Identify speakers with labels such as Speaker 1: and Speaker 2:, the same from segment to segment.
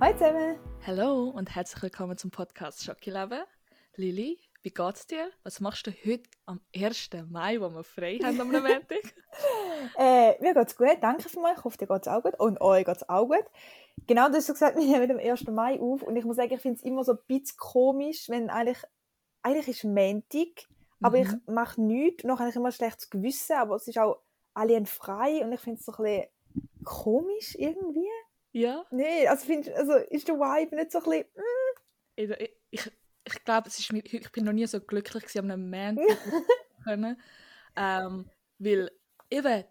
Speaker 1: Hallo zusammen.
Speaker 2: Hallo und herzlich willkommen zum Podcast Schockeleben. Lilly, wie geht's dir? Was machst du heute am 1. Mai, wo wir frei haben am Montag?
Speaker 1: Äh, mir geht's gut, danke für mich. Ich hoffe, dir geht's auch gut. Und euch geht's auch gut. Genau, du hast so gesagt, wir nehmen am 1. Mai auf. Und ich muss sagen, ich finde es immer so ein bisschen komisch, wenn eigentlich, eigentlich ist Montag, aber
Speaker 2: Mhm.
Speaker 1: ich mache nichts. Noch habe ich immer ein schlechtes Gewissen, aber es ist auch allen frei. Und ich finde es so ein bisschen komisch irgendwie.
Speaker 2: Ja,
Speaker 1: Nee, also, find, also ist der Vibe nicht so ein bisschen... mm,
Speaker 2: ich, ich, ich glaube, es ist mir, ich bin noch nie so glücklich gewesen, an einem Montag zu können. Ähm, weil eben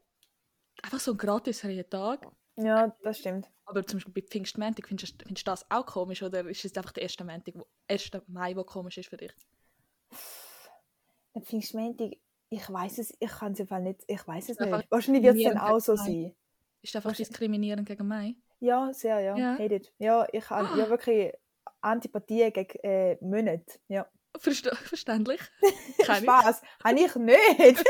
Speaker 2: einfach so ein gratis freien Tag.
Speaker 1: Ja, das stimmt.
Speaker 2: Aber zum Beispiel bei Pfingstmontag, findest, du- findest du das auch komisch oder ist es einfach der 1. Montag, wo, 1. Mai, der komisch ist für dich?
Speaker 1: Dann findest du Montag, ich weiß es, ich kann es im Fall nicht, ich weiß es
Speaker 2: Einfach
Speaker 1: nicht. Wahrscheinlich wird es
Speaker 2: mir
Speaker 1: dann auch so
Speaker 2: gefallen.
Speaker 1: sein.
Speaker 2: Ist das einfach
Speaker 1: Wahrscheinlich-
Speaker 2: diskriminierend gegen Mai?
Speaker 1: Ja, sehr, ja.
Speaker 2: Ja. Ah.
Speaker 1: Hate it. Ja, ich habe ja wirklich Antipathie gegen äh, Monate. Ja.
Speaker 2: Verste verständlich. Kenn ich.
Speaker 1: Spaß, habe ich nicht.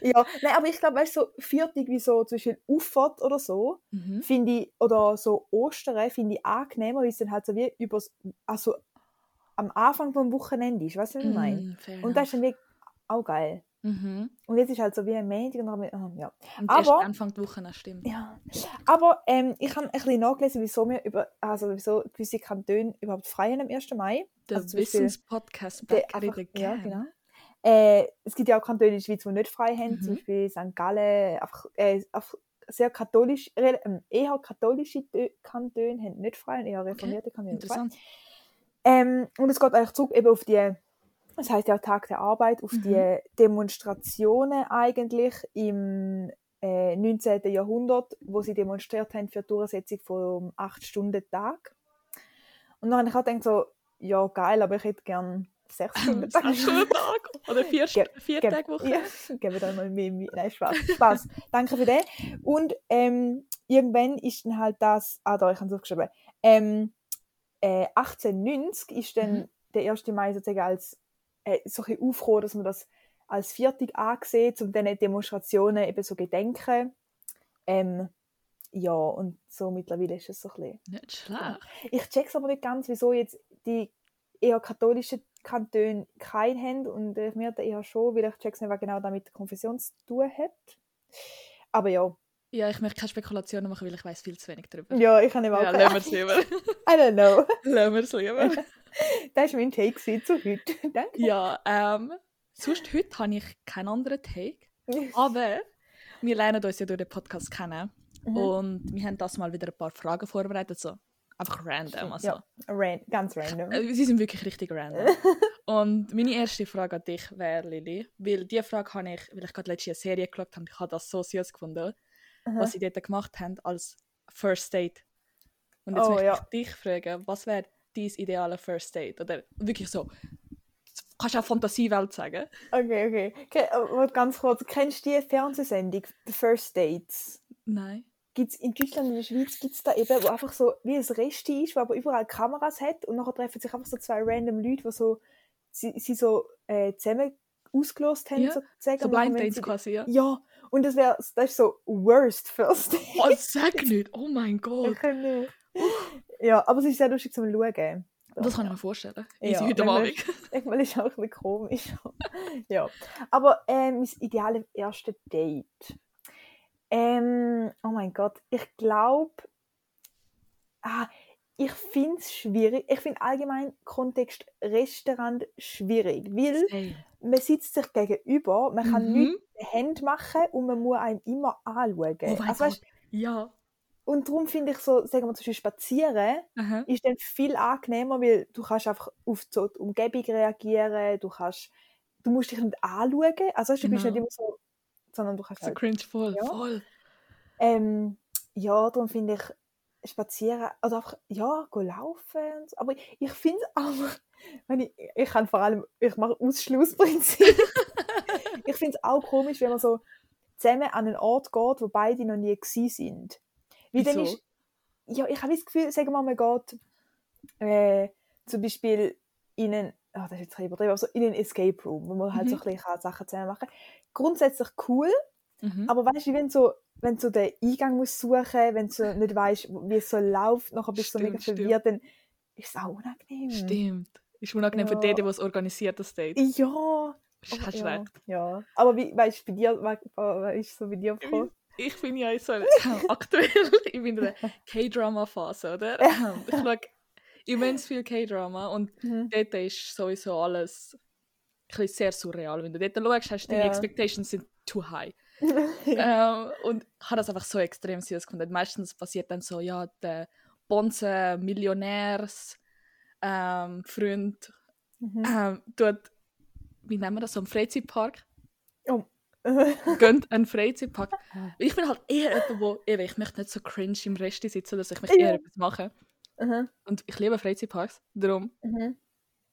Speaker 1: ja, nein, aber ich glaube, weißt du, so Viertig wie so zwischen Auffahrt oder so,
Speaker 2: Mhm.
Speaker 1: finde ich, oder so Ostern, finde ich angenehmer, weil es dann halt so wie übers, also am Anfang vom Wochenende ist, weißt du, was ich meine?
Speaker 2: Mm, fair
Speaker 1: Und das
Speaker 2: enough.
Speaker 1: ist dann wirklich auch geil.
Speaker 2: Mhm. Und
Speaker 1: Und jetzt ist halt so wie ein Montag und dann, ah, ja.
Speaker 2: erst
Speaker 1: Aber-
Speaker 2: Anfang der Woche, das stimmt.
Speaker 1: Ja, aber ähm, ich habe ein bisschen nachgelesen, wieso wir über, also wieso gewisse Kantone überhaupt frei haben am 1. Mai.
Speaker 2: Der
Speaker 1: also zum Beispiel-
Speaker 2: Wissenspodcast
Speaker 1: Der
Speaker 2: Back in
Speaker 1: einfach-
Speaker 2: the
Speaker 1: ja,
Speaker 2: Gang.
Speaker 1: genau. Äh, es gibt ja auch Kantone in der Schweiz, die nicht frei haben, zum
Speaker 2: Mhm.
Speaker 1: Beispiel St. Gallen, einfach, äh, einfach sehr katholisch, rel- ähm, eher katholische Tö- Kantone haben nicht frei und eher reformierte Kantone haben frei.
Speaker 2: Interessant.
Speaker 1: Ähm, und es geht eigentlich zurück eben auf die, das heißt ja Tag der Arbeit, auf
Speaker 2: Mhm.
Speaker 1: die Demonstrationen eigentlich im äh, 19. Jahrhundert, wo sie demonstriert haben für die Durchsetzung vom 8-Stunden-Tag. Und dann habe ich auch gedacht so, ja geil, aber ich hätte gern 6 Stunden Tag.
Speaker 2: Sechs Stunden Tag oder vier,
Speaker 1: Ge-
Speaker 2: vier
Speaker 1: Geben-
Speaker 2: Tage Woche.
Speaker 1: Ja, geben dann mal mehr Mühe. Nein, Spaß. Spaß. Danke für den. Und ähm, irgendwann ist dann halt das, ah da, ich habe es aufgeschrieben, ähm, äh, 1890 ist dann
Speaker 2: Mhm.
Speaker 1: der 1. Mai sozusagen als äh, so ein bisschen aufgekommen, dass man das als Viertag angesehen, um diesen Demonstrationen eben so gedenken. Ähm, ja, und so mittlerweile ist es so ein bisschen
Speaker 2: Nicht schlecht.
Speaker 1: ich check's aber nicht ganz, wieso jetzt die eher katholischen Kantone keinen haben und äh, mir eher schon, weil ich check's nicht, was genau damit Konfession zu tun hat. Aber ja,
Speaker 2: Ja, ich möchte keine Spekulationen machen, weil ich weiß viel zu wenig darüber.
Speaker 1: ja ich habe eben auch
Speaker 2: ja
Speaker 1: keine
Speaker 2: lassen wir es
Speaker 1: Ahnung.
Speaker 2: lieber.
Speaker 1: I don't know.
Speaker 2: lassen wir es lieber.
Speaker 1: Das war mein Take gewesen zu heute. Danke.
Speaker 2: ja, ähm, sonst heute habe ich keinen anderen Take. Aber wir lernen uns ja durch den Podcast kennen.
Speaker 1: Mhm.
Speaker 2: Und wir haben das mal wieder ein paar Fragen vorbereitet. So. Einfach random. Also.
Speaker 1: Ja. Ran ganz random.
Speaker 2: Äh, Sie sind wirklich richtig random. Und meine erste Frage an dich wäre, Lili, weil diese Frage habe ich, weil ich gerade letztens eine Serie geschaut habe, und ich habe das so süß gefunden,
Speaker 1: Aha.
Speaker 2: was sie dort gemacht haben als First Date. Und jetzt
Speaker 1: Oh,
Speaker 2: möchte
Speaker 1: ja.
Speaker 2: ich dich fragen, was wäre dein ideale First Date? Oder wirklich so, kannst du auch Fantasiewelt sagen?
Speaker 1: Okay, okay. Ke- äh, warte ganz kurz, kennst du die Fernsehsendung The First Dates?
Speaker 2: Nein.
Speaker 1: gibt's in Deutschland und in der Schweiz gibt's da eben, wo einfach so wie ein Resti ist, wo aber überall Kameras hat und nachher treffen sich einfach so zwei random Leute, die so, sie, sie so äh, zusammen ausgelost haben,
Speaker 2: Ja,
Speaker 1: sozusagen.
Speaker 2: So
Speaker 1: Und nachher
Speaker 2: Blind
Speaker 1: müssen
Speaker 2: Dates
Speaker 1: sie-
Speaker 2: quasi, ja.
Speaker 1: Ja, und das wäre das ist so worst first date.
Speaker 2: Oh, sag nicht! Oh mein Gott!
Speaker 1: Ich kann nicht. Ja, aber es ist sehr lustig zum Schauen.
Speaker 2: Das kann ich mir vorstellen.
Speaker 1: Ja,
Speaker 2: Easy heute
Speaker 1: wenn man-
Speaker 2: Abend.
Speaker 1: Manchmal ist es auch ein bisschen komisch. ja. Aber ähm, mein ideales erste Date. Ähm, oh mein Gott, ich glaube. Ah, ich finde es schwierig. Ich finde allgemein Kontext Restaurant schwierig, weil
Speaker 2: Hey.
Speaker 1: man sitzt sich gegenüber, man kann
Speaker 2: Mhm.
Speaker 1: nichts mit den Händen machen und man muss einem immer anschauen.
Speaker 2: Oh mein
Speaker 1: also,
Speaker 2: Gott!
Speaker 1: weißt,
Speaker 2: Ja.
Speaker 1: und darum finde ich so, sagen wir zum Beispiel spazieren,
Speaker 2: Aha.
Speaker 1: ist dann viel angenehmer, weil du kannst einfach auf so die Umgebung reagieren, du kannst, du musst dich nicht anschauen, also weißt, du bist
Speaker 2: Genau.
Speaker 1: nicht immer so, sondern du kannst
Speaker 2: So
Speaker 1: halt,
Speaker 2: cringe voll,
Speaker 1: Ja.
Speaker 2: voll.
Speaker 1: ähm, ja, darum finde ich spazieren, also einfach, ja, go laufen, und so. aber ich finde es auch, wenn ich, ich kann vor allem, ich mache Ausschlussprinzip, ich finde es auch komisch, wenn man so zusammen an einen Ort geht, wo beide noch nie gewesen sind. Wie dann
Speaker 2: Wieso?
Speaker 1: ist, ja, ich habe das Gefühl, sagen wir mal, man geht äh, zum Beispiel in einen, oh, das ist jetzt ein bisschen übertrieben, aber so in einen Escape Room, wo man halt so
Speaker 2: Mhm.
Speaker 1: ein bisschen kann Sachen zusammen machen kann. Grundsätzlich cool,
Speaker 2: Mhm.
Speaker 1: Aber weißt du, wenn du so, wenn du so den Eingang musst suchen, wenn du so nicht weißt, wie es so läuft, nachher bist du so mega
Speaker 2: Stimmt, stimmt.
Speaker 1: verwirrt, dann ist es auch unangenehm.
Speaker 2: Stimmt. Ist unangenehm für
Speaker 1: Ja.
Speaker 2: den, der es organisiert, das Date.
Speaker 1: Ja. Oh,
Speaker 2: Hast
Speaker 1: ja,
Speaker 2: recht.
Speaker 1: ja. Aber wie, weißt du, bei dir, was ist so bei dir gekommen?
Speaker 2: Ich bin ja jetzt so aktuell ich bin in der K-Drama-Phase, oder? Ähm, Ich schaue immens viel K-Drama und
Speaker 1: Mhm.
Speaker 2: dort ist sowieso alles ein bisschen sehr surreal. Wenn du dort schaust, hast du deine
Speaker 1: Ja.
Speaker 2: Expectations sind too high.
Speaker 1: Mhm.
Speaker 2: ähm, und ich habe das einfach so extrem süß gefunden. Meistens passiert dann so, ja, der Bonze Millionärs ähm, Freund
Speaker 1: Mhm.
Speaker 2: ähm, tut, wie nennen wir das, so einen Freizeitpark,
Speaker 1: Mhm.
Speaker 2: gönnt einen Freizeitpark. Ich bin halt eher jemand, der, eben, ich möchte nicht so cringe im Rest sitzen, dass ich möchte
Speaker 1: Ja.
Speaker 2: eher etwas machen. Und ich liebe Freizeitparks, darum
Speaker 1: Mhm.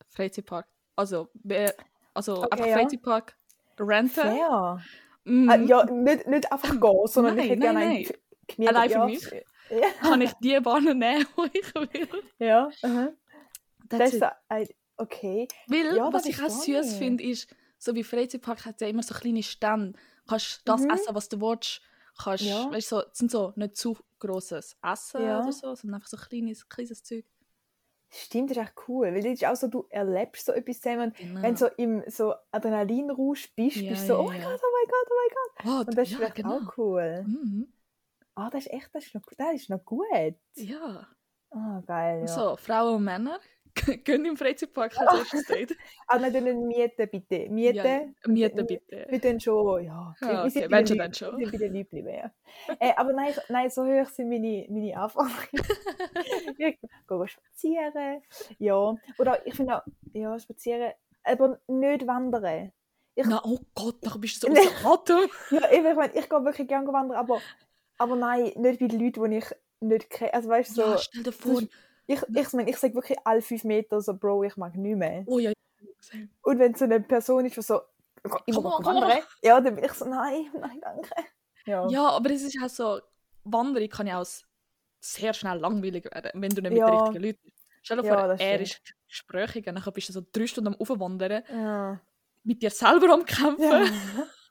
Speaker 2: Freizeitpark. Also, wer- also
Speaker 1: Okay,
Speaker 2: einfach
Speaker 1: ja.
Speaker 2: Freizeitpark renten.
Speaker 1: Fair.
Speaker 2: Mhm.
Speaker 1: Ah, ja, nicht, nicht einfach gehen, sondern
Speaker 2: Nein,
Speaker 1: ich hätte
Speaker 2: nein,
Speaker 1: gerne
Speaker 2: nein.
Speaker 1: einen F- gemietet-
Speaker 2: Allein für
Speaker 1: ja.
Speaker 2: mich.
Speaker 1: Ja.
Speaker 2: Kann ich die Bahnen nehmen, die ich will?
Speaker 1: ja. Mhm.
Speaker 2: That's
Speaker 1: Das
Speaker 2: it.
Speaker 1: ist so ein- okay.
Speaker 2: Weil,
Speaker 1: Ja,
Speaker 2: was
Speaker 1: das
Speaker 2: ich
Speaker 1: ist
Speaker 2: auch
Speaker 1: funny.
Speaker 2: süß finde, ist, so wie Freizeitpark hat ja immer so kleine Stände. Kannst das
Speaker 1: Mhm.
Speaker 2: essen, was du willst. Kannst,
Speaker 1: Ja.
Speaker 2: weißt, so, es sind so nicht zu grosses Essen
Speaker 1: Ja.
Speaker 2: oder so, sondern einfach so kleines, kleines Zeug.
Speaker 1: Stimmt, das ist echt cool, weil das ist auch so, du erlebst so etwas zusammen und
Speaker 2: Genau.
Speaker 1: wenn du so im so Adrenalinrausch bist,
Speaker 2: Ja,
Speaker 1: bist du so,
Speaker 2: ja,
Speaker 1: oh mein
Speaker 2: ja.
Speaker 1: Gott, oh mein Gott, oh mein Gott.
Speaker 2: oh,
Speaker 1: Und das ist
Speaker 2: ja,
Speaker 1: vielleicht
Speaker 2: genau.
Speaker 1: auch cool.
Speaker 2: Mhm.
Speaker 1: Ah, das ist echt, das ist noch, das ist noch gut.
Speaker 2: Ja.
Speaker 1: Ah, geil, ja.
Speaker 2: Und So, Frauen und Männer gehen im Freizeitpark als erstes Date.
Speaker 1: Ah, nein, dann mieten bitte. Mieten.
Speaker 2: Mieten bitte.
Speaker 1: Wir tun schon, ja.
Speaker 2: Ah, okay,
Speaker 1: Wir sind bei
Speaker 2: wenn
Speaker 1: den Leuten-
Speaker 2: schon, dann schon.
Speaker 1: Wir sind bei den Leuten geblieben, ja. äh, aber nein, ich- nein, so hoch sind meine, meine Anforderungen. Wir gehen spazieren. Ja. Oder ich finde auch, ja, spazieren, aber nicht wandern. Ich-
Speaker 2: Na, oh Gott, da bist du so
Speaker 1: Nein.
Speaker 2: aus Atem.
Speaker 1: Ja, eben, ich meine, ich gehe wirklich gerne wandern, aber, aber nein, nicht bei den Leuten, die ich nicht kenne. Also weißt du, so,
Speaker 2: Ja, stell dir vor.
Speaker 1: ich, ich, meine, ich sage wirklich alle fünf Meter so, Bro, ich mag nicht mehr.
Speaker 2: Oh ja.
Speaker 1: Und wenn so eine Person ist, die so, ich
Speaker 2: Komm,
Speaker 1: mag
Speaker 2: komm.
Speaker 1: wandern, ja, dann bin ich so, nein, nein, danke. Ja.
Speaker 2: Ja, aber es ist auch so, Wanderung kann ja auch s- sehr schnell langweilig werden, wenn du nicht mit den
Speaker 1: Ja.
Speaker 2: richtigen Leuten bist. Stell dir
Speaker 1: Ja,
Speaker 2: vor,
Speaker 1: das
Speaker 2: er
Speaker 1: stimmt.
Speaker 2: ist gesprächig und dann bist du so drei Stunden am Aufwandern,
Speaker 1: Ja.
Speaker 2: mit dir selber am Kämpfen.
Speaker 1: Ja.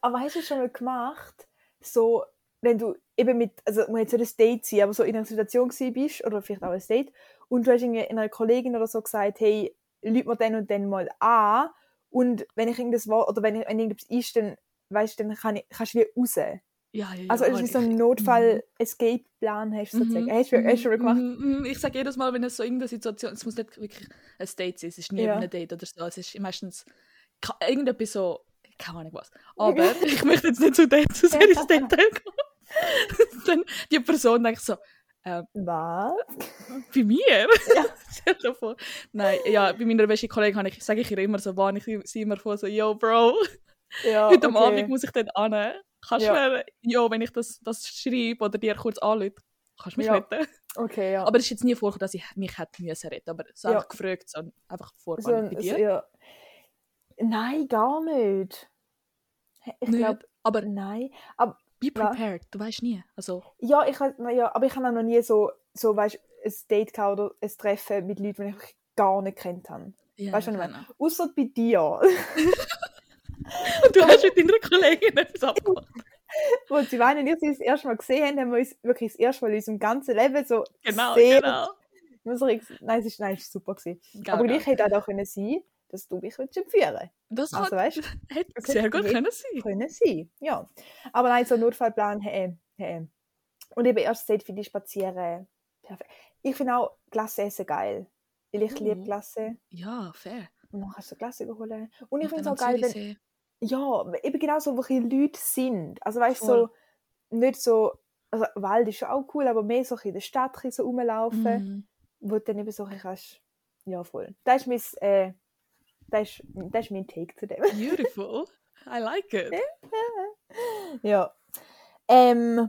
Speaker 1: aber hast du es schon mal gemacht, so, wenn du eben mit, also muss jetzt nicht ein Date sein, aber so in einer Situation gewesen bist, oder vielleicht auch ein Date, und du hast irgendwie einer Kollegin oder so gesagt, hey, lüg mir dann und dann mal an, und wenn ich irgendwas will, oder wenn, ich, wenn irgendwas ist, dann, weißt du, dann kann ich, kannst du wie raus.
Speaker 2: Ja, ja, oh, ja,
Speaker 1: Also, es ist so ein Notfall-Escape-Plan, hast du sozusagen. Hast du hast du schon mal gemacht?
Speaker 2: mhm, mhm. Ich sage jedes Mal, wenn es so irgendeine Situation es muss nicht wirklich ein Date sein, es ist nie
Speaker 1: Ja.
Speaker 2: ein Date oder so, es ist meistens ka- irgendetwas so, keine Ahnung was. Aber ich möchte jetzt nicht so Date, zu sehr ins Detail gehen. Dann die Person denkt so,
Speaker 1: Was?
Speaker 2: Bei mir? Stell dir vor. Nein, ja, bei meiner besten Kollegin habe ich, sage ich ihr immer so, warne ich sie immer vor, so, yo, Bro,
Speaker 1: Ja,
Speaker 2: heute am
Speaker 1: Oh, okay.
Speaker 2: Abend muss ich dann an. Kannst du
Speaker 1: Ja.
Speaker 2: mir, yo, wenn ich das, das schreibe oder dir kurz anlüte, kannst du mich
Speaker 1: Ja.
Speaker 2: retten?
Speaker 1: Okay, ja.
Speaker 2: Aber es ist jetzt nie vorgekommen, dass ich mich hätte müssen retten, aber so
Speaker 1: Ja.
Speaker 2: einfach gefragt, so einfach vor,
Speaker 1: so,
Speaker 2: so, bei
Speaker 1: ein- so,
Speaker 2: dir?
Speaker 1: ja. Nein, gar nicht. Ich
Speaker 2: Nicht.
Speaker 1: glaube,
Speaker 2: aber
Speaker 1: nein. Aber
Speaker 2: be
Speaker 1: Ja.
Speaker 2: prepared, du weißt nie. Also,
Speaker 1: ja, ich weiß- na ja, aber ich habe auch noch nie so, so weißt, ein Date gehabt oder ein Treffen mit Leuten, die ich gar nicht kennt habe.
Speaker 2: ja,
Speaker 1: Weißt du, was ich
Speaker 2: keine
Speaker 1: meine?
Speaker 2: Ahnung.
Speaker 1: Außer bei dir,
Speaker 2: Und du hast mit deiner Kollegin etwas abgemacht.
Speaker 1: wo sie weinen, ich sie das erste Mal gesehen haben, haben wir uns wirklich das erste Mal in unserem ganzen Leben so
Speaker 2: Genau,
Speaker 1: sehr
Speaker 2: genau.
Speaker 1: Muss ich, nein, es ist, nein, es ist super gewesen.
Speaker 2: Genau,
Speaker 1: aber
Speaker 2: genau.
Speaker 1: ich hätte auch können sein, dass du mich willst empfehlen.
Speaker 2: Das
Speaker 1: Also
Speaker 2: hat,
Speaker 1: weißt,
Speaker 2: hätte
Speaker 1: das
Speaker 2: sehr
Speaker 1: hätte
Speaker 2: gut
Speaker 1: ich-
Speaker 2: können sein.
Speaker 1: können sein, ja. Aber nein, so ein Notfallplan, hey, hey. Und eben erst seit für die Spazieren. Perfekt. Ich finde auch Glasse essen geil, weil ich
Speaker 2: Mhm.
Speaker 1: liebe Glasse.
Speaker 2: Ja, fair.
Speaker 1: Und dann kannst du Glasse holen. Und ich
Speaker 2: Und
Speaker 1: finde es
Speaker 2: dann
Speaker 1: auch geil,
Speaker 2: am
Speaker 1: wenn,
Speaker 2: Zürichsee.
Speaker 1: ja, eben genau so, wo ein Leute sind. Also weißt du, so,
Speaker 2: Voll.
Speaker 1: nicht so, also Wald ist schon auch cool, aber mehr so in der Stadt ein bisschen so rumlaufen
Speaker 2: Mhm.
Speaker 1: wo du dann eben so ein bisschen kannst. Ja, voll. Das ist mein, äh, das ist, das ist mein Take zu dem.
Speaker 2: Beautiful. I like it.
Speaker 1: ja. Ähm,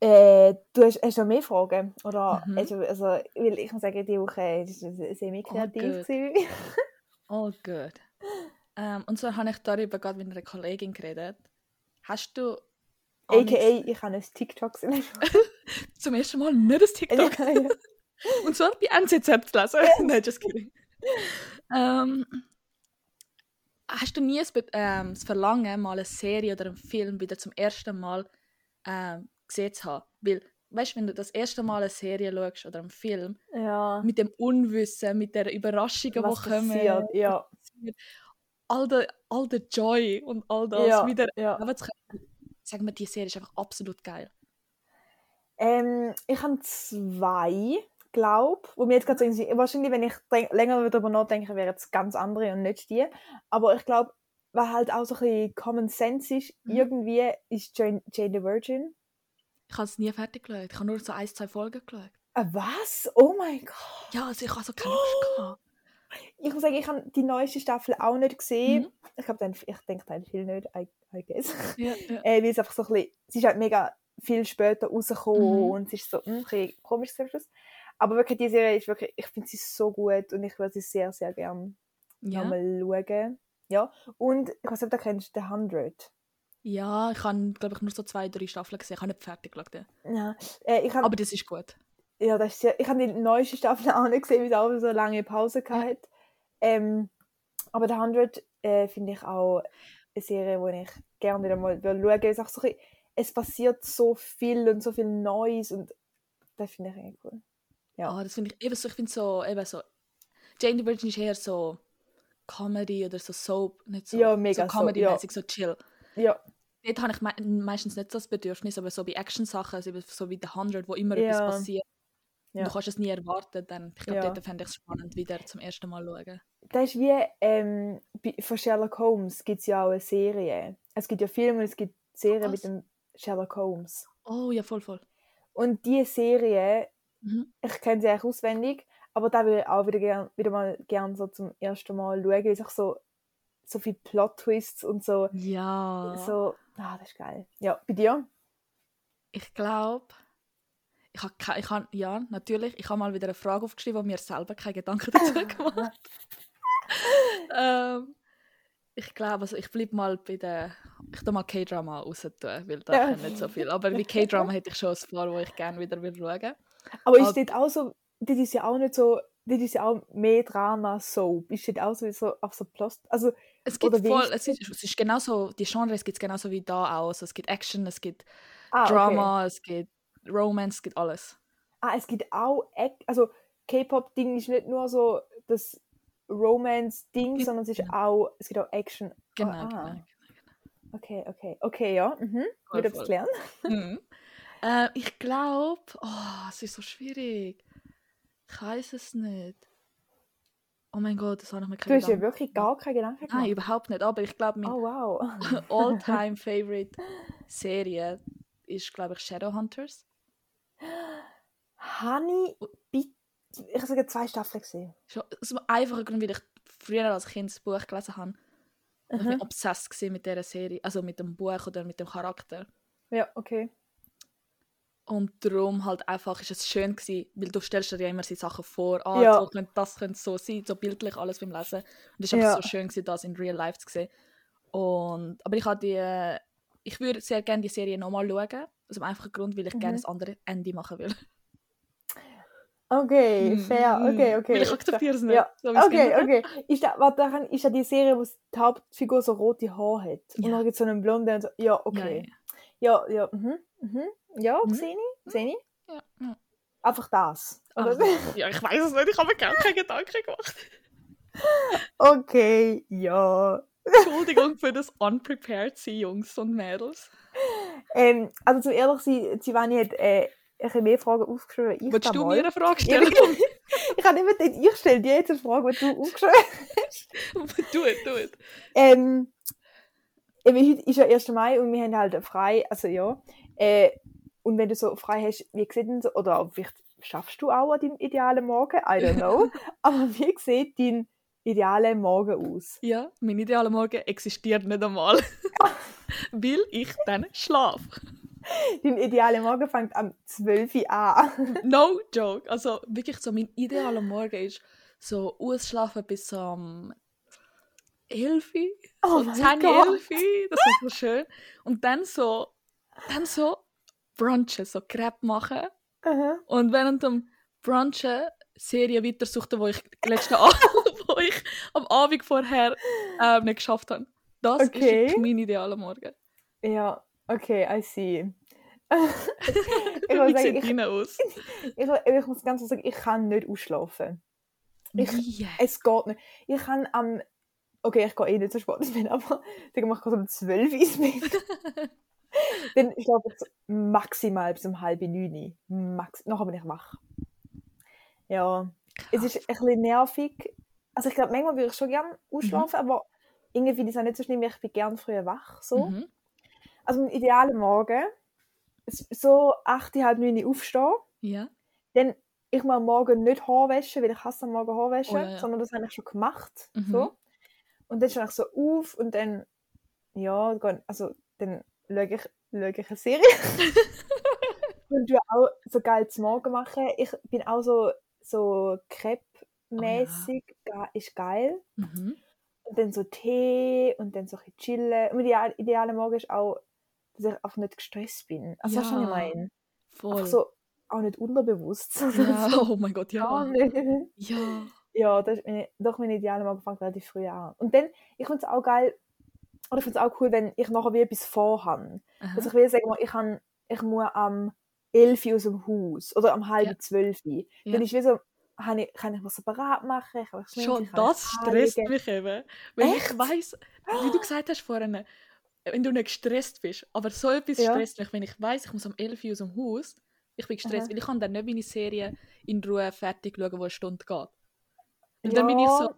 Speaker 1: äh, du hast, hast noch mehr Fragen? Oder,
Speaker 2: Mhm.
Speaker 1: also, also, weil ich muss sagen, die Woche äh, ist es
Speaker 2: Oh,
Speaker 1: semi-kreativ.
Speaker 2: gut.
Speaker 1: gewesen.
Speaker 2: All good. Ähm, und zwar habe ich darüber gerade mit einer Kollegin geredet. Hast du Onyx
Speaker 1: A.k.a. ich habe ein TikTok gesehen.
Speaker 2: zum ersten Mal nicht
Speaker 1: Also,
Speaker 2: das TikTok und zwar bei NZZ gelesen? Nein, just kidding. Ähm, Hast du nie das, Be- ähm, das Verlangen, mal eine Serie oder einen Film wieder zum ersten Mal ähm, gesehen zu haben? Weil, weißt du, wenn du das erste Mal eine Serie schaust oder einen Film,
Speaker 1: Ja.
Speaker 2: mit dem Unwissen, mit der Überraschung, die
Speaker 1: Was
Speaker 2: kommen,
Speaker 1: passiert? Ja.
Speaker 2: all der, all der Joy und all das
Speaker 1: Ja.
Speaker 2: wieder
Speaker 1: ja.
Speaker 2: aber zu können, sagen wir, die Serie ist einfach absolut geil.
Speaker 1: Ähm, ich habe zwei, glaube wo mir jetzt gerade so irgendwie- wahrscheinlich, wenn ich denk, länger darüber nachdenke, wären es ganz andere und nicht die. Aber ich glaube, was halt auch so ein bisschen Common Sense ist,
Speaker 2: Mhm.
Speaker 1: irgendwie ist Jane, Jane the Virgin.
Speaker 2: Ich habe es nie fertig geschaut. Ich habe nur so ein, zwei Folgen geschaut.
Speaker 1: Ah, was? Oh mein Gott.
Speaker 2: Ja, also ich habe so keine Lust gehabt.
Speaker 1: Ich muss sagen, ich habe die neueste Staffel auch nicht gesehen.
Speaker 2: Mhm.
Speaker 1: Ich glaube, dann- ich denke dann viel nicht, I, I guess.
Speaker 2: Ja, ja.
Speaker 1: äh, weil es einfach so ein bisschen, es ist halt mega viel später rausgekommen
Speaker 2: Mhm.
Speaker 1: und es ist so mh, ein bisschen komisch gewesen am Schluss. Aber wirklich, die Serie ist wirklich, ich finde sie so gut und ich würde sie sehr, sehr gerne
Speaker 2: ja.
Speaker 1: nochmal schauen. Ja, und ich weiß nicht, ob du kennst The 100.
Speaker 2: ja ich habe, glaube ich, nur so zwei, drei Staffeln gesehen. Ich habe nicht fertig geschaut. ja.
Speaker 1: Ja, äh, ich habe
Speaker 2: Aber das ist gut.
Speaker 1: ja, das ist sehr, ich habe die neueste Staffel auch nicht gesehen, weil sie auch so eine lange Pause hatte. Ähm, aber The 100 äh, finde ich auch eine Serie, die ich gerne wieder mal schauen würde. weil Es, auch so ein bisschen- es passiert so viel und so viel Neues und das finde ich eigentlich cool. Ja.
Speaker 2: Ah, das finde ich eben so, ich finde so, eben so, Jane the Virgin ist eher so Comedy oder so Soap, nicht so,
Speaker 1: Ja, mega
Speaker 2: so
Speaker 1: so,
Speaker 2: Comedy-mäßig, so chill.
Speaker 1: Ja,
Speaker 2: Dort habe ich mei- meistens nicht so das Bedürfnis, aber so bei Action-Sachen, also eben so wie The 100, wo immer
Speaker 1: Ja.
Speaker 2: etwas passiert,
Speaker 1: Ja.
Speaker 2: und du kannst es nie erwarten, dann, ich glaube,
Speaker 1: Ja.
Speaker 2: dort fände ich es spannend, wieder zum ersten Mal schauen.
Speaker 1: das ist wie ähm, bei- von Sherlock Holmes gibt es ja auch eine Serie. Es gibt ja Filme und es gibt Serien
Speaker 2: Was?
Speaker 1: mit dem Sherlock Holmes.
Speaker 2: Oh, ja, voll, voll.
Speaker 1: Und diese Serie,
Speaker 2: Mhm.
Speaker 1: ich kenne sie eigentlich auswendig, aber da würde ich auch wieder, gern, wieder mal gerne so zum ersten Mal schauen, weil es auch so, so viele Plot-Twists und so,
Speaker 2: Ja.
Speaker 1: so, ah, das ist geil. Ja, bei dir?
Speaker 2: Ich glaube, ich habe ich hab, ja, natürlich, ich habe mal wieder eine Frage aufgeschrieben, wo mir selber keine Gedanken dazu gemacht habe. ähm, ich glaube, also ich bleibe mal bei der, ich tu mal K-Drama raus, tun, weil da
Speaker 1: Ja.
Speaker 2: ja. nicht so viel. Aber bei K-Drama hätte ich schon ein paar, wo ich gerne wieder will schauen
Speaker 1: Aber
Speaker 2: Ah.
Speaker 1: ist dort auch so, dort ist ja auch nicht so, dort ist ja auch mehr Drama-Soap. Ist dort auch so, so, auch so Plot, also
Speaker 2: Es gibt
Speaker 1: Oder wie
Speaker 2: voll,
Speaker 1: ist
Speaker 2: es ist, es ist genauso, die Genres gibt es genauso wie da auch. Also es gibt Action, es gibt
Speaker 1: ah, okay.
Speaker 2: Drama, es gibt Romance, es gibt alles.
Speaker 1: Ah, es gibt auch, Act- also K-Pop-Ding ist nicht nur so das Romance-Ding,
Speaker 2: Gibt-
Speaker 1: sondern es ist auch, es gibt auch Action.
Speaker 2: Genau,
Speaker 1: Ah,
Speaker 2: genau, genau.
Speaker 1: Okay, okay, okay, ja, mhm.
Speaker 2: Voll,
Speaker 1: Wieder etwas
Speaker 2: voll.
Speaker 1: lernen.
Speaker 2: Mhm. Äh, ich glaube, oh, es ist so schwierig. Ich weiß es nicht. Oh mein Gott, das habe ich mir
Speaker 1: Du
Speaker 2: keine
Speaker 1: hast ja
Speaker 2: Gedanken.
Speaker 1: wirklich gar keine Gedanken
Speaker 2: Nein,
Speaker 1: gemacht.
Speaker 2: überhaupt nicht. Aber ich glaube, meine
Speaker 1: Oh, wow.
Speaker 2: All-Time-Favorite-Serie ist, glaube ich, Shadowhunters.
Speaker 1: Honey, bitte. Ich habe sogar zwei Staffeln gesehen.
Speaker 2: Schon Aus dem einfachen Grund, weil ich früher als Kind das Buch gelesen habe. Ich war obsessed gewesen mit dieser Serie, also mit dem Buch oder mit dem Charakter.
Speaker 1: Ja, okay.
Speaker 2: Und darum halt einfach ist es schön gewesen, weil du stellst dir ja immer so Sachen vor, ah,
Speaker 1: Ja.
Speaker 2: so könnte, das könnte so sein, so bildlich alles beim Lesen. Und es ist einfach
Speaker 1: Ja.
Speaker 2: so schön gewesen, das in Real Life zu sehen. Und, aber ich habe die, äh, ich würde sehr gerne die Serie nochmal schauen, aus dem einfachen Grund, weil ich gerne
Speaker 1: Mhm.
Speaker 2: ein anderes Ende machen will.
Speaker 1: Okay, fair,
Speaker 2: Mhm.
Speaker 1: okay, okay.
Speaker 2: Weil ich akzeptiere es nicht.
Speaker 1: Ja.
Speaker 2: So, wie es
Speaker 1: Okay,
Speaker 2: endet.
Speaker 1: okay. Ist da, warte, da kann- ist ja die Serie, wo die Hauptfigur so rote Haare hat. Und
Speaker 2: Ja.
Speaker 1: dann gibt es so einen blonden. und so- Ja, okay. Ja, ja, mhm, mhm. Ja,
Speaker 2: Mhm. Also.
Speaker 1: sehe ich, sehe ich.
Speaker 2: Ja, ja, ja.
Speaker 1: Einfach das. Oder?
Speaker 2: Aber- ja, ich weiß es nicht, ich habe mir gar keine Gedanken gemacht.
Speaker 1: Okay, ja.
Speaker 2: Entschuldigung für das unprepared sein, Jungs und Mädels.
Speaker 1: Ähm, also zum ehrlich sein, Giovanni hat äh, ein bisschen mehr Fragen aufgeschrieben. Ich
Speaker 2: Willst
Speaker 1: da
Speaker 2: du
Speaker 1: mal.
Speaker 2: mir eine Frage
Speaker 1: Ja,
Speaker 2: stellen?
Speaker 1: Ich habe immer gedacht, ich stelle dir jetzt eine Frage, die du aufgeschrieben hast.
Speaker 2: do it, do it.
Speaker 1: Ähm, eben, heute ist ja 1. Mai und wir haben halt frei, also ja. Äh, und wenn du so frei hast, wie sieht denn so, oder auch vielleicht schaffst du auch an deinem idealen Morgen, I don't know. aber wie sieht dein idealer Morgen aus?
Speaker 2: Ja, mein idealer Morgen existiert nicht einmal. weil ich dann schlafe.
Speaker 1: Dein idealer Morgen fängt am 12 Uhr an.
Speaker 2: No joke. Also wirklich so, mein idealer Morgen ist so ausschlafen bis um 11 Uhr.
Speaker 1: Oh
Speaker 2: so
Speaker 1: mein
Speaker 2: 10,
Speaker 1: Gott.
Speaker 2: 11 Uhr. Das ist so schön. Und dann so, dann so brunchen, so Crepe machen.
Speaker 1: Aha.
Speaker 2: Und während dem Brunchen Serien weitersuchten, wo ich letzten Abend, wo ich am Abend vorher ähm, nicht geschafft habe. Das
Speaker 1: Okay.
Speaker 2: ist wirklich mein idealer Morgen.
Speaker 1: Ja, okay, I see. ich, muss
Speaker 2: Wie
Speaker 1: sagen,
Speaker 2: sieht
Speaker 1: ich,
Speaker 2: deiner aus?
Speaker 1: ich, ich muss ganz ehrlich sagen, ich kann nicht ausschlafen. Ich-
Speaker 2: Nie.
Speaker 1: Es geht nicht. Ich kann am. Okay, ich gehe eh nicht so spät ins Bett, aber dann mache ich so um 12 Uhr ins Bett. dann schlafe ich so maximal bis um halb neun. Max Nachher bin ich wach. Ja, es ist ein bisschen nervig. Also, ich glaube, manchmal würde ich schon gerne ausschlafen, aber irgendwie finde ich es auch nicht so schlimm, weil ich bin gern früher wach. So.
Speaker 2: Mhm.
Speaker 1: Also, ein idealer Morgen. So 8, halb 9 aufstehen.
Speaker 2: Ja.
Speaker 1: Dann, ich muss am Morgen nicht Haar waschen, weil ich hasse am Morgen Haar waschen,
Speaker 2: Oh ja, ja.
Speaker 1: sondern das habe ich schon gemacht.
Speaker 2: Mhm.
Speaker 1: So. Und dann stehe ich so auf und dann, ja, geh- also, dann schaue ich, schaue ich eine Serie. und du auch so geil zum Morgen machen. Ich bin auch so,
Speaker 2: Oh,
Speaker 1: so Crepe-mäßig, ge- ist geil.
Speaker 2: Mhm.
Speaker 1: Und dann so Tee und dann so ein bisschen chillen. Und ideal, ideale Morgen ist auch, dass ich einfach nicht gestresst bin. Also, was
Speaker 2: Ja,
Speaker 1: schon ich meine.
Speaker 2: Voll.
Speaker 1: Einfach so, auch nicht unterbewusst. sondern
Speaker 2: ja.
Speaker 1: so
Speaker 2: Oh mein Gott,
Speaker 1: gar
Speaker 2: ja.
Speaker 1: nicht.
Speaker 2: Ja.
Speaker 1: Ja, das ist meine, doch meine ideale Morgen fängt relativ früh an. Und dann, ich finde es auch geil, oder ich finde es auch cool, wenn ich nachher wie etwas vorhabe.
Speaker 2: Aha.
Speaker 1: Dass ich will sagen, ich, han, ich muss am 11 Uhr aus dem Haus oder am halb
Speaker 2: Ja.
Speaker 1: 12 Uhr.
Speaker 2: Ja.
Speaker 1: Dann ist wie so, han ich, kann ich was separat machen, ich kann mich schminken,
Speaker 2: Schon
Speaker 1: ich kann mich
Speaker 2: das stresst
Speaker 1: anlegen.
Speaker 2: mich eben. Wenn
Speaker 1: Echt?
Speaker 2: ich weiss, wie du gesagt hast vorhin, wenn du nicht gestresst bist, aber so etwas
Speaker 1: Ja.
Speaker 2: stresst mich, wenn ich weiss, ich muss um 11 Uhr aus dem Haus, ich bin gestresst,
Speaker 1: Aha.
Speaker 2: weil ich kann dann nicht meine Serie in Ruhe fertig schauen, die eine Stunde geht. Und
Speaker 1: ja,
Speaker 2: dann bin ich so,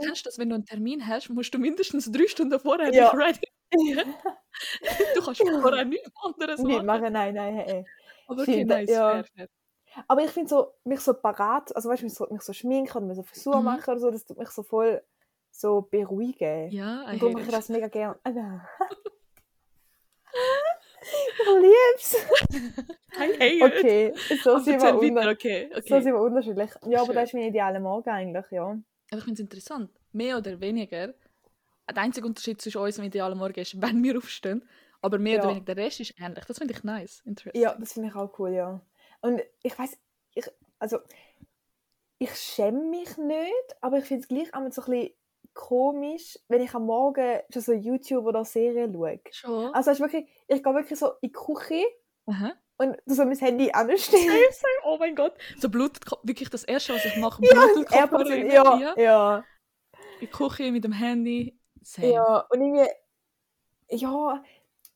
Speaker 2: kennst du das, wenn du einen Termin hast, musst du mindestens drei Stunden vorher
Speaker 1: Ja.
Speaker 2: dich ready. Du kannst vorher nichts anderes
Speaker 1: nicht
Speaker 2: machen.
Speaker 1: machen, nein, nein, hey.
Speaker 2: Aber okay,
Speaker 1: Stimmt,
Speaker 2: nice,
Speaker 1: ja.
Speaker 2: fair, fair.
Speaker 1: Aber ich finde so, mich so parat, also weißt du, mich so, mich so schminken oder mir so Frisur
Speaker 2: Mhm.
Speaker 1: machen oder so, das tut mich so voll so beruhigen.
Speaker 2: Ja, I
Speaker 1: Und darum
Speaker 2: hate
Speaker 1: mache ich
Speaker 2: it.
Speaker 1: das mega gern. Ah, ja. ich lieb's.
Speaker 2: I hate it.
Speaker 1: Okay, so
Speaker 2: Aber
Speaker 1: sind, wir
Speaker 2: erzähl
Speaker 1: unter
Speaker 2: weiter, okay. okay.
Speaker 1: so sind wir unterschiedlich. Ja, aber
Speaker 2: Schön.
Speaker 1: das ist mein idealer Morgen eigentlich, ja.
Speaker 2: Aber ich finde es interessant. Mehr oder weniger. Der einzige Unterschied zwischen uns im idealen Morgen ist, wenn wir aufstehen. Aber mehr
Speaker 1: Ja.
Speaker 2: oder weniger der Rest ist ähnlich. Das finde ich nice. Interesting.
Speaker 1: Ja, das finde ich auch cool, ja. Und ich weiß, ich, also, ich schäme mich nicht, aber ich finde es gleich einmal so ein bisschen komisch, wenn ich am Morgen schon so YouTube oder Serien schaue.
Speaker 2: Schon.
Speaker 1: Also, weißt du, wirklich, ich gehe wirklich so in die Küche
Speaker 2: Aha.
Speaker 1: und tu so mein Handy anstellen.
Speaker 2: Oh mein Gott. So blutet wirklich das Erste, was ich mache.
Speaker 1: Ja,
Speaker 2: Blutenkopf rein.
Speaker 1: ja, ja.
Speaker 2: In die Küche mit dem Handy. Same.
Speaker 1: Ja, und irgendwie, ja,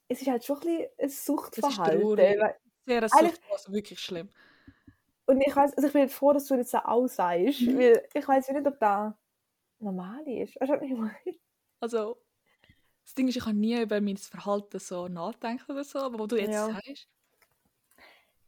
Speaker 1: es ist halt schon ein bisschen ein Suchtverhalten.
Speaker 2: traurig.
Speaker 1: weil-
Speaker 2: Sehr ein
Speaker 1: Eigentlich-
Speaker 2: Suchtmaß, wirklich schlimm.
Speaker 1: Und ich weiß, also ich bin halt froh, dass du das auch sagst,
Speaker 2: Mhm.
Speaker 1: weil ich weiß nicht, ob das normal ist. Weißt du, was ich meine?
Speaker 2: Also, das Ding ist, ich habe nie über mein Verhalten so nachdenken oder so. Aber wo du jetzt
Speaker 1: Ja.
Speaker 2: sagst,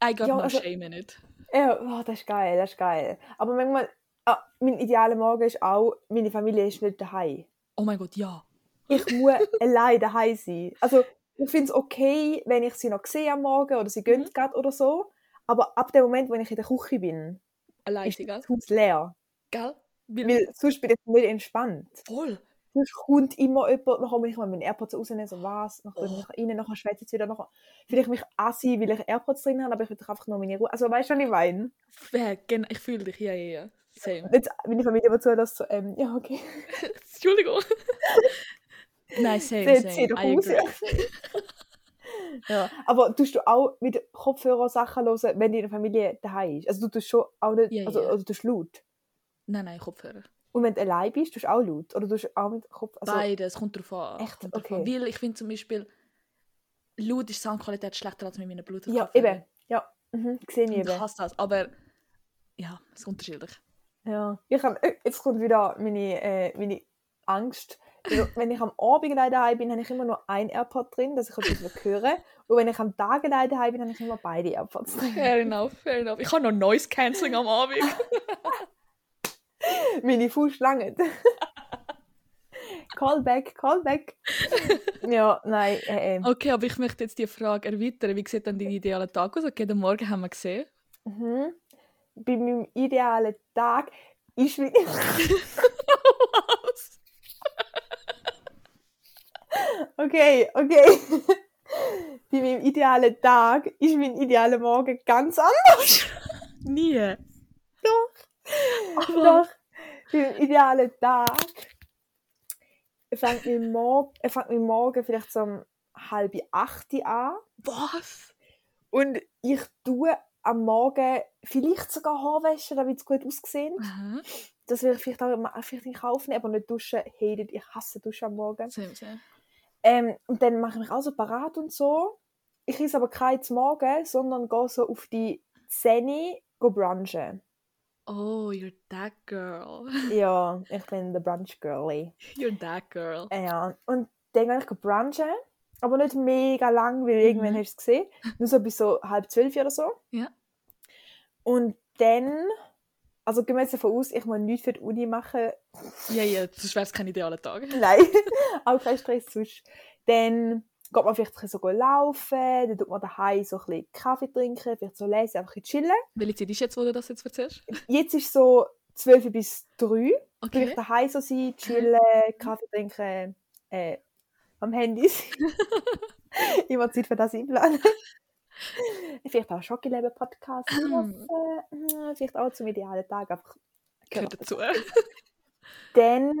Speaker 2: I got
Speaker 1: Ja,
Speaker 2: no
Speaker 1: also-
Speaker 2: shame in it.
Speaker 1: Ja, oh, das ist geil, das ist geil. Aber manchmal, ah, mein idealer Morgen ist auch, meine Familie ist nicht daheim.
Speaker 2: Oh mein Gott, ja.
Speaker 1: Ich muss allein daheim sein. Also ich finde es okay, wenn ich sie noch sehe am Morgen oder sie gehen
Speaker 2: Mhm.
Speaker 1: gerade oder so. Aber ab dem Moment, wenn ich in der Küche bin,
Speaker 2: Allein,
Speaker 1: ist
Speaker 2: gell?
Speaker 1: das Haus leer.
Speaker 2: Gell? Weil-
Speaker 1: Weil sonst bin ich nicht entspannt.
Speaker 2: Voll.
Speaker 1: sonst kommt immer jemand, nachher muss ich mal meinen AirPods rausnehmen, so was, nachher bin ich rein, nachher schwätze ich wieder, nachher fühle ich mich assi, weil ich AirPods drin habe, aber ich will doch einfach nur meine Ruhe, also weißt du, was ich meine?
Speaker 2: Ja, genau. Ich fühle dich. Ja, ja, ja. Same.
Speaker 1: Jetzt, meine Familie, die zulässt, so, ähm, ja, okay,
Speaker 2: Entschuldigung. Nein, same,
Speaker 1: jetzt
Speaker 2: same.
Speaker 1: sieht doch
Speaker 2: I
Speaker 1: aus.
Speaker 2: agree.
Speaker 1: Ja. ja. Aber tust du auch mit Kopfhörer Sachen hören, wenn deine Familie daheim ist? Also du tust schon auch nicht,
Speaker 2: Ja,
Speaker 1: also,
Speaker 2: ja.
Speaker 1: also tust laut.
Speaker 2: Nein, nein, Kopfhörer.
Speaker 1: Und wenn du allein bist, tust du auch laut, oder tust du auch mit Kopf, also,
Speaker 2: Beides. Kommt drauf an.
Speaker 1: Echt?
Speaker 2: Kommt drauf an.
Speaker 1: Okay.
Speaker 2: Weil ich finde zum Beispiel, laut ist Soundqualität schlechter als mit meinen bluetooth
Speaker 1: ja, eben, ja, mhm, sehe ich
Speaker 2: Ich
Speaker 1: eben.
Speaker 2: hasse das. Aber ja, es ist unterschiedlich.
Speaker 1: Ja, ich hab, äh, jetzt kommt wieder meine, äh, meine Angst. Also, wenn ich am Abend alleine daheim bin, habe ich immer nur ein AirPod drin, dass ich etwas höre. Und wenn ich am Tag alleine daheim bin, habe ich immer beide AirPods drin.
Speaker 2: Fair enough, fair enough. Ich habe noch Noise Cancelling am Abend.
Speaker 1: Meine Fußschlangen. callback, callback. ja, nein, äh, äh.
Speaker 2: Okay, aber ich möchte jetzt die Frage erweitern. Wie sieht dann dein idealer Tag aus? Okay, den Morgen haben wir gesehen.
Speaker 1: Mhm. Bei meinem idealen Tag ist wie.
Speaker 2: Was?
Speaker 1: Okay, okay. Bei meinem idealen Tag ist mein idealer Morgen ganz anders.
Speaker 2: Nie.
Speaker 1: Doch. Doch. Beim idealen Tag Er fängt mit, Mor er fängt mit morgen vielleicht so um halb acht an.
Speaker 2: Was?
Speaker 1: Und ich tue am Morgen vielleicht sogar Haarwäsche, damit es gut aussehen.
Speaker 2: Aha.
Speaker 1: Das will ich vielleicht auch ma- vielleicht in Kauf nehmen, aber nicht duschen. Hated. Ich hasse Duschen am Morgen.
Speaker 2: Same, same.
Speaker 1: Ähm, und dann mache ich mich auch so parat und so. Ich esse aber kein zum Morgen, sondern gehe so auf die Zähne go brunchen.
Speaker 2: Oh, you're that girl.
Speaker 1: ja, ich bin der Brunch Girlie.
Speaker 2: You're that girl.
Speaker 1: Äh, Ja, und dann gehe ich brunchen, aber nicht mega lang, weil irgendwann
Speaker 2: Mhm.
Speaker 1: hast du es gesehen. Nur so bis so halb zwölf oder so.
Speaker 2: Ja.
Speaker 1: Und dann, also gehen wir jetzt davon aus, ich muss nichts für die Uni machen.
Speaker 2: Ja, ja, sonst wäre es kein idealer Tag.
Speaker 1: Nein, auch kein Stress sonst. Dann geht man vielleicht ein bisschen so laufen, dann tut man daheim so ein bisschen Kaffee trinken, vielleicht so lesen, einfach ein bisschen chillen.
Speaker 2: Welche Zeit ist jetzt, wo du das jetzt erzählst?
Speaker 1: Jetzt ist so 12 bis 3. Vielleicht
Speaker 2: Okay. Mhm.
Speaker 1: daheim so sein, chillen, Kaffee trinken, äh, am Handy sein. Immer Zeit für das einplanen. Vielleicht auch Schockeleben-Podcast
Speaker 2: Mhm.
Speaker 1: hören. Mm, Vielleicht auch zum idealen Tag. Einfach genau.
Speaker 2: Gehört dazu.
Speaker 1: Dann,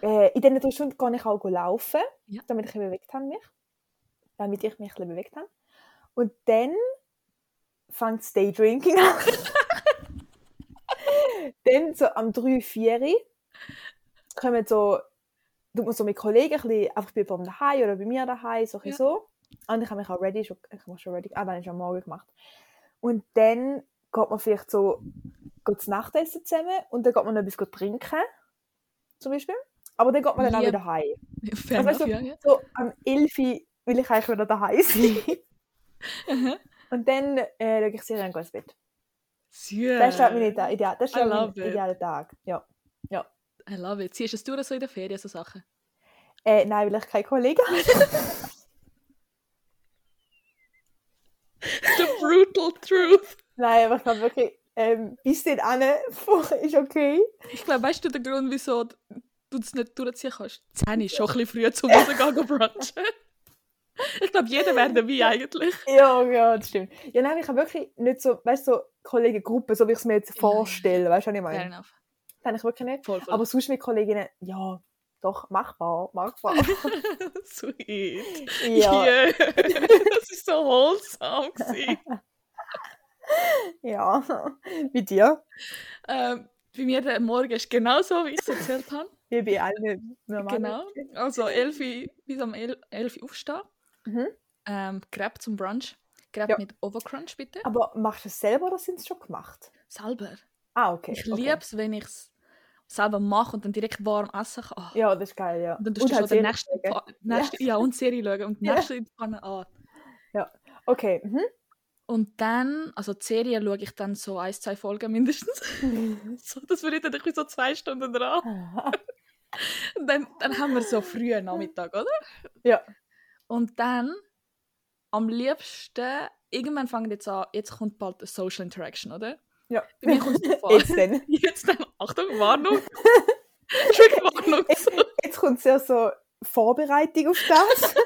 Speaker 1: äh, in diesen drei Stunden kann ich auch laufen,
Speaker 2: Ja.
Speaker 1: damit ich mich bewegt habe. Mich. Damit ich mich ein bisschen bewegt habe. Und dann fängt das Daydrinking an. dann so am 3, 4 Uhr kommen so, tut man so mit Kollegen ein bisschen, einfach bei mir daheim oder bei mir daheim, so ein bisschen so. Und ich habe mich auch ready, schon, ich habe mich schon ready, ah, dann ist am Morgen gemacht. Und dann geht man vielleicht so, geht zu Nachtessen zusammen und dann geht man noch etwas trinken, zum Beispiel. Aber dann geht man dann auch
Speaker 2: Ja.
Speaker 1: wieder heim.
Speaker 2: Fair
Speaker 1: Aber
Speaker 2: enough,
Speaker 1: so-
Speaker 2: ja, ja.
Speaker 1: So am 11 Uhr will ich eigentlich wieder daheim sein.
Speaker 2: Aha.
Speaker 1: und dann äh, schaue ich Serien und gehe ins Bett.
Speaker 2: Süß.
Speaker 1: Das ist halt mein Ide- ideal, das ist
Speaker 2: I
Speaker 1: halt
Speaker 2: love
Speaker 1: mein
Speaker 2: it.
Speaker 1: idealer Tag. Ja.
Speaker 2: I love it. Siehst du es durch so in der Ferien, so Sachen?
Speaker 1: Äh, nein, weil ich keine Kollegen habe.
Speaker 2: The brutal truth.
Speaker 1: Nein, aber ich glaube wirklich, ähm, bis dann an, ist okay.
Speaker 2: Ich glaube, weißt du den Grund, wieso du es nicht durchziehen kannst? Zehn ist schon ein bisschen früh zum Rausgehen und brunchen. Ich glaube, jeder wäre dabei eigentlich.
Speaker 1: Ja, ja, das stimmt. Ja, nein, ich habe wirklich nicht so, weißt du, so Kollegengruppen, so wie ich es mir jetzt vorstelle, weißt du, was ich
Speaker 2: Fair
Speaker 1: meine?
Speaker 2: enough.
Speaker 1: Das habe ich wirklich nicht.
Speaker 2: Voll, voll.
Speaker 1: Aber sonst mit Kolleginnen, ja, doch, machbar, machbar.
Speaker 2: Sweet.
Speaker 1: ja,
Speaker 2: Yeah. Das ist so wholesome. gewesen.
Speaker 1: ja. Bei dir?
Speaker 2: ähm, bei mir der Morgen ist genauso, wie ich es erzählt habe.
Speaker 1: Wie bei allen normalen.
Speaker 2: Genau. Also 11 Uhr- bis am 11 Uhr aufstehen.
Speaker 1: Mhm.
Speaker 2: Ähm, Crepe zum Brunch. Crepe
Speaker 1: Ja.
Speaker 2: mit Overcrunch bitte.
Speaker 1: Aber machst du es selber oder sind es schon gemacht?
Speaker 2: Selber.
Speaker 1: Ah, okay.
Speaker 2: Ich
Speaker 1: okay.
Speaker 2: liebe es, wenn ich es selber mache und dann direkt warm essen kann. Oh.
Speaker 1: Ja, das ist geil, ja.
Speaker 2: Und dann tust du
Speaker 1: halt
Speaker 2: schon den
Speaker 1: Serien
Speaker 2: nächsten,
Speaker 1: schauen.
Speaker 2: Pa- nächsten ja. und Serie schauen und die
Speaker 1: Ja.
Speaker 2: nächste in die Pfanne an.
Speaker 1: Okay, mhm.
Speaker 2: Und dann, also die Serie schaue ich dann so ein, zwei Folgen mindestens.
Speaker 1: mhm.
Speaker 2: so, das würde ich dann irgendwie so zwei Stunden dran. Und dann, dann haben wir so frühen Nachmittag, oder?
Speaker 1: Ja.
Speaker 2: Und dann, am liebsten, irgendwann fängt jetzt an, jetzt kommt bald eine Social Interaction, oder?
Speaker 1: ja.
Speaker 2: Bei mir kommt es vor.
Speaker 1: Jetzt denn.
Speaker 2: Jetzt dann, Achtung, Warnung. Trigger Warnung.
Speaker 1: Jetzt, jetzt kommt sehr so Vorbereitung auf das.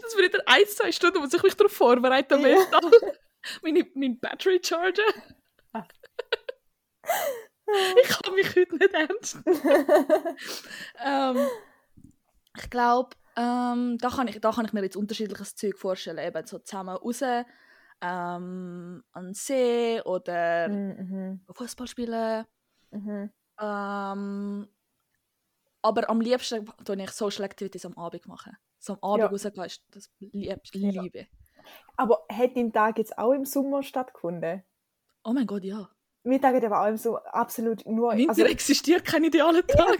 Speaker 2: Das wird dann ein, zwei Stunden, muss ich mich darauf vorbereiten
Speaker 1: Ja.
Speaker 2: mental. Meine, mein Battery Charger. Ah. ich kann mich heute nicht ernst. ähm, ich glaube, ähm, da, kann ich, da kann ich mir jetzt unterschiedliches Zeug vorstellen. Eben so zusammen raus, ähm, an den See oder
Speaker 1: mhm,
Speaker 2: Fußball spielen.
Speaker 1: mhm.
Speaker 2: Ähm, aber am liebsten mache ich Social Activities am Abend. Machen. So am Abend
Speaker 1: Ja.
Speaker 2: rausgehen ist das liebste
Speaker 1: Ja.
Speaker 2: Liebe.
Speaker 1: Aber hat dein Tag jetzt auch im Sommer stattgefunden?
Speaker 2: Oh mein Gott, ja.
Speaker 1: Mein Tag hat aber auch im Sommer absolut nur...
Speaker 2: Winter
Speaker 1: Also,
Speaker 2: Oh, existiert kein idealer Tag.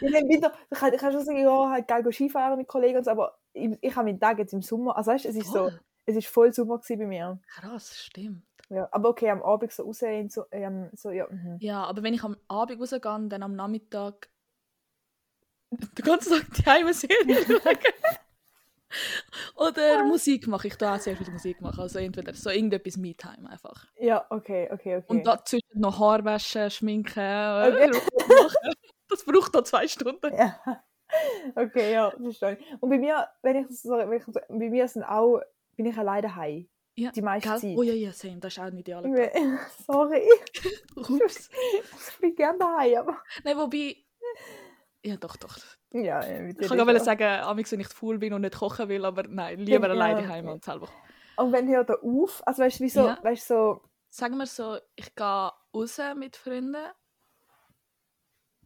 Speaker 1: in dem Winter, ich kann, ich kann schon sagen, ja, halt geil gehen Skifahren mit Kollegen und so, aber ich, ich habe meinen Tag jetzt im Sommer... Also weißt, du, es ist so...
Speaker 2: Voll.
Speaker 1: Es ist voll Sommer gewesen bei mir.
Speaker 2: Krass, stimmt.
Speaker 1: Ja, aber okay, am Abend so raus, in so, ähm, so ja. mhm.
Speaker 2: Ja, aber wenn ich am Abend rausgehe und dann am Nachmittag den ganzen Tag die Heime Serie schaue. Oder Musik mache ich da auch sehr viel Musik machen. Also entweder so irgendetwas Me-Time einfach.
Speaker 1: Ja, okay, okay, okay.
Speaker 2: Und dazwischen noch Haar waschen, schminken.
Speaker 1: Okay.
Speaker 2: äh, machen. Das braucht da zwei Stunden.
Speaker 1: Ja. Okay, ja, verstehe ich. Und bei mir, wenn ich das so, wenn ich, bei mir sind auch, bin ich alleine heim.
Speaker 2: Ja,
Speaker 1: Die meiste
Speaker 2: Gell?
Speaker 1: Zeit.
Speaker 2: Oh ja, ja, same. Das ist auch ein idealer Tag.
Speaker 1: Weil- Sorry,
Speaker 2: Ups.
Speaker 1: ich bin gerne daheim, aber
Speaker 2: Nein, wobei, Ja, doch, doch.
Speaker 1: Ja, ja, mit
Speaker 2: Ich
Speaker 1: dir
Speaker 2: kann gerade
Speaker 1: auch.
Speaker 2: sagen, amigs, wenn ich zu faul bin und nicht kochen will, aber nein, lieber
Speaker 1: Genau.
Speaker 2: alleine heim und selber. kochen.
Speaker 1: Und wenn hört er auf? Also weißt du, wie so,
Speaker 2: Ja.
Speaker 1: weißt du, so,
Speaker 2: Sagen wir so, ich gehe raus mit Freunden.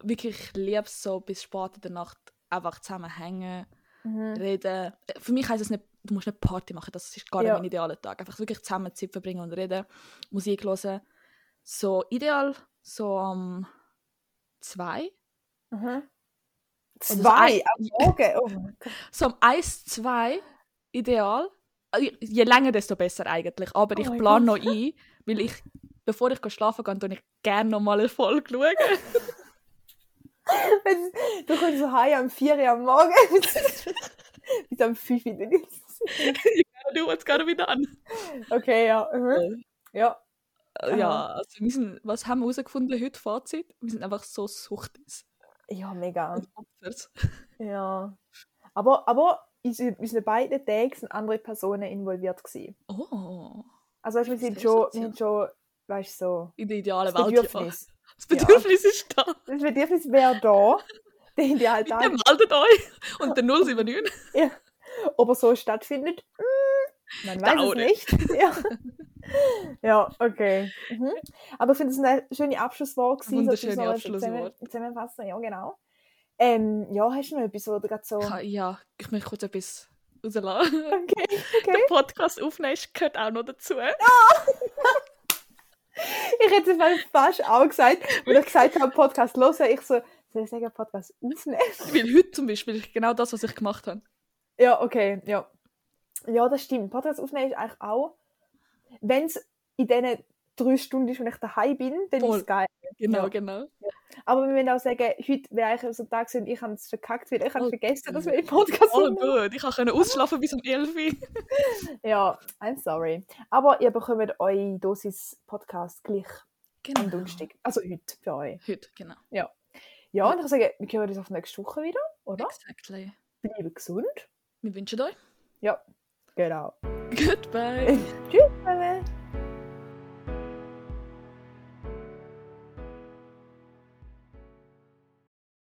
Speaker 2: Wirklich liebe es so bis spät in der Nacht einfach zusammen hängen,
Speaker 1: mhm.
Speaker 2: reden. Für mich heisst es nicht, du musst nicht Party machen, das ist gar nicht
Speaker 1: Ja.
Speaker 2: mein idealer Tag. Einfach wirklich zusammen Zeit verbringen und reden, Musik hören. So ideal, so am zwei.
Speaker 1: Mhm.
Speaker 2: Und das
Speaker 1: Zwei
Speaker 2: Ei-
Speaker 1: am Morgen. Oh mein Gott.
Speaker 2: So am 1, 2 ideal. Also, Je länger, desto besser eigentlich. Aber
Speaker 1: Oh
Speaker 2: ich
Speaker 1: mein
Speaker 2: plane noch ein, weil ich, bevor ich schlafen gehe, schaue ich gerne nochmal eine Folge. Schauen.
Speaker 1: Wenn- Du kommst so heim am 4 Uhr am Morgen. Bis am 5 Uhr. in der Nacht.
Speaker 2: du schaust gerne wieder an.
Speaker 1: Okay, ja. Mhm. Ja. Äh.
Speaker 2: Ja, also wir sind, was haben wir herausgefunden heute, Fazit? Wir sind einfach so Suchtis.
Speaker 1: Ja, mega.
Speaker 2: Und Opfers.
Speaker 1: Ja. Aber, aber in unseren- unseren beiden Tagen sind andere Personen involviert gewesen.
Speaker 2: Oh,
Speaker 1: Also weißt, du, wir sind
Speaker 2: Sehr
Speaker 1: schon, wir
Speaker 2: sozial.
Speaker 1: haben schon, weißt du, so,
Speaker 2: in der idealen
Speaker 1: das
Speaker 2: Welt.
Speaker 1: Bedürfnis.
Speaker 2: Ja. Das Bedürfnis ist da.
Speaker 1: Das Bedürfnis wäre da, dann haben die halt
Speaker 2: Bitte
Speaker 1: auch,
Speaker 2: meldet euch. Und der 079.
Speaker 1: ob er so stattfindet, mm, man weiß es
Speaker 2: Dauert.
Speaker 1: nicht. Ja, ja okay. Mhm. Aber ich finde es ein schönes Abschlusswort. gewesen,
Speaker 2: Wunderschöne
Speaker 1: so zum
Speaker 2: Abschlusswort.
Speaker 1: Zusammen- Zusammenfassen, ja genau. Ähm, ja, hast du noch etwas, wo du gerade so...
Speaker 2: Ich kann- Ja, ich möchte kurz etwas rauslassen.
Speaker 1: Okay, okay.
Speaker 2: Podcast aufnehmen ist- gehört auch noch dazu.
Speaker 1: Ich hätte es mal fast auch gesagt, weil ich gesagt habe, Podcast hören. Ich so, soll ich sagen, Podcast aufnehmen?
Speaker 2: Weil heute zum Beispiel ist genau das, was ich gemacht habe.
Speaker 1: Ja, okay, ja. Ja, das stimmt. Podcast aufnehmen ist eigentlich auch, wenn es in diesen drei Stunden ist, wenn ich daheim bin, dann ist
Speaker 2: Voll.
Speaker 1: es geil.
Speaker 2: Genau,
Speaker 1: Ja.
Speaker 2: genau.
Speaker 1: Aber wir müssen auch sagen, heute wäre eigentlich so ein Tag gewesen, ich habe es verkackt, weil ich habe
Speaker 2: Oh,
Speaker 1: vergessen, dass wir den Podcast
Speaker 2: All
Speaker 1: aufnehmen.
Speaker 2: gut. Ich konnte ausschlafen bis um 11 Uhr.
Speaker 1: Ja, I'm sorry. Aber ihr bekommt eure Dosis Podcast gleich
Speaker 2: Genau.
Speaker 1: am Donnerstag. Also heute für euch.
Speaker 2: Heute, genau.
Speaker 1: Ja, und ich sage, wir hören uns auf nächste Woche wieder, oder?
Speaker 2: Exactly.
Speaker 1: Bleibt gesund.
Speaker 2: Wir wünschen euch
Speaker 1: Genau.
Speaker 2: goodbye.
Speaker 1: Tschüss. Bye -bye.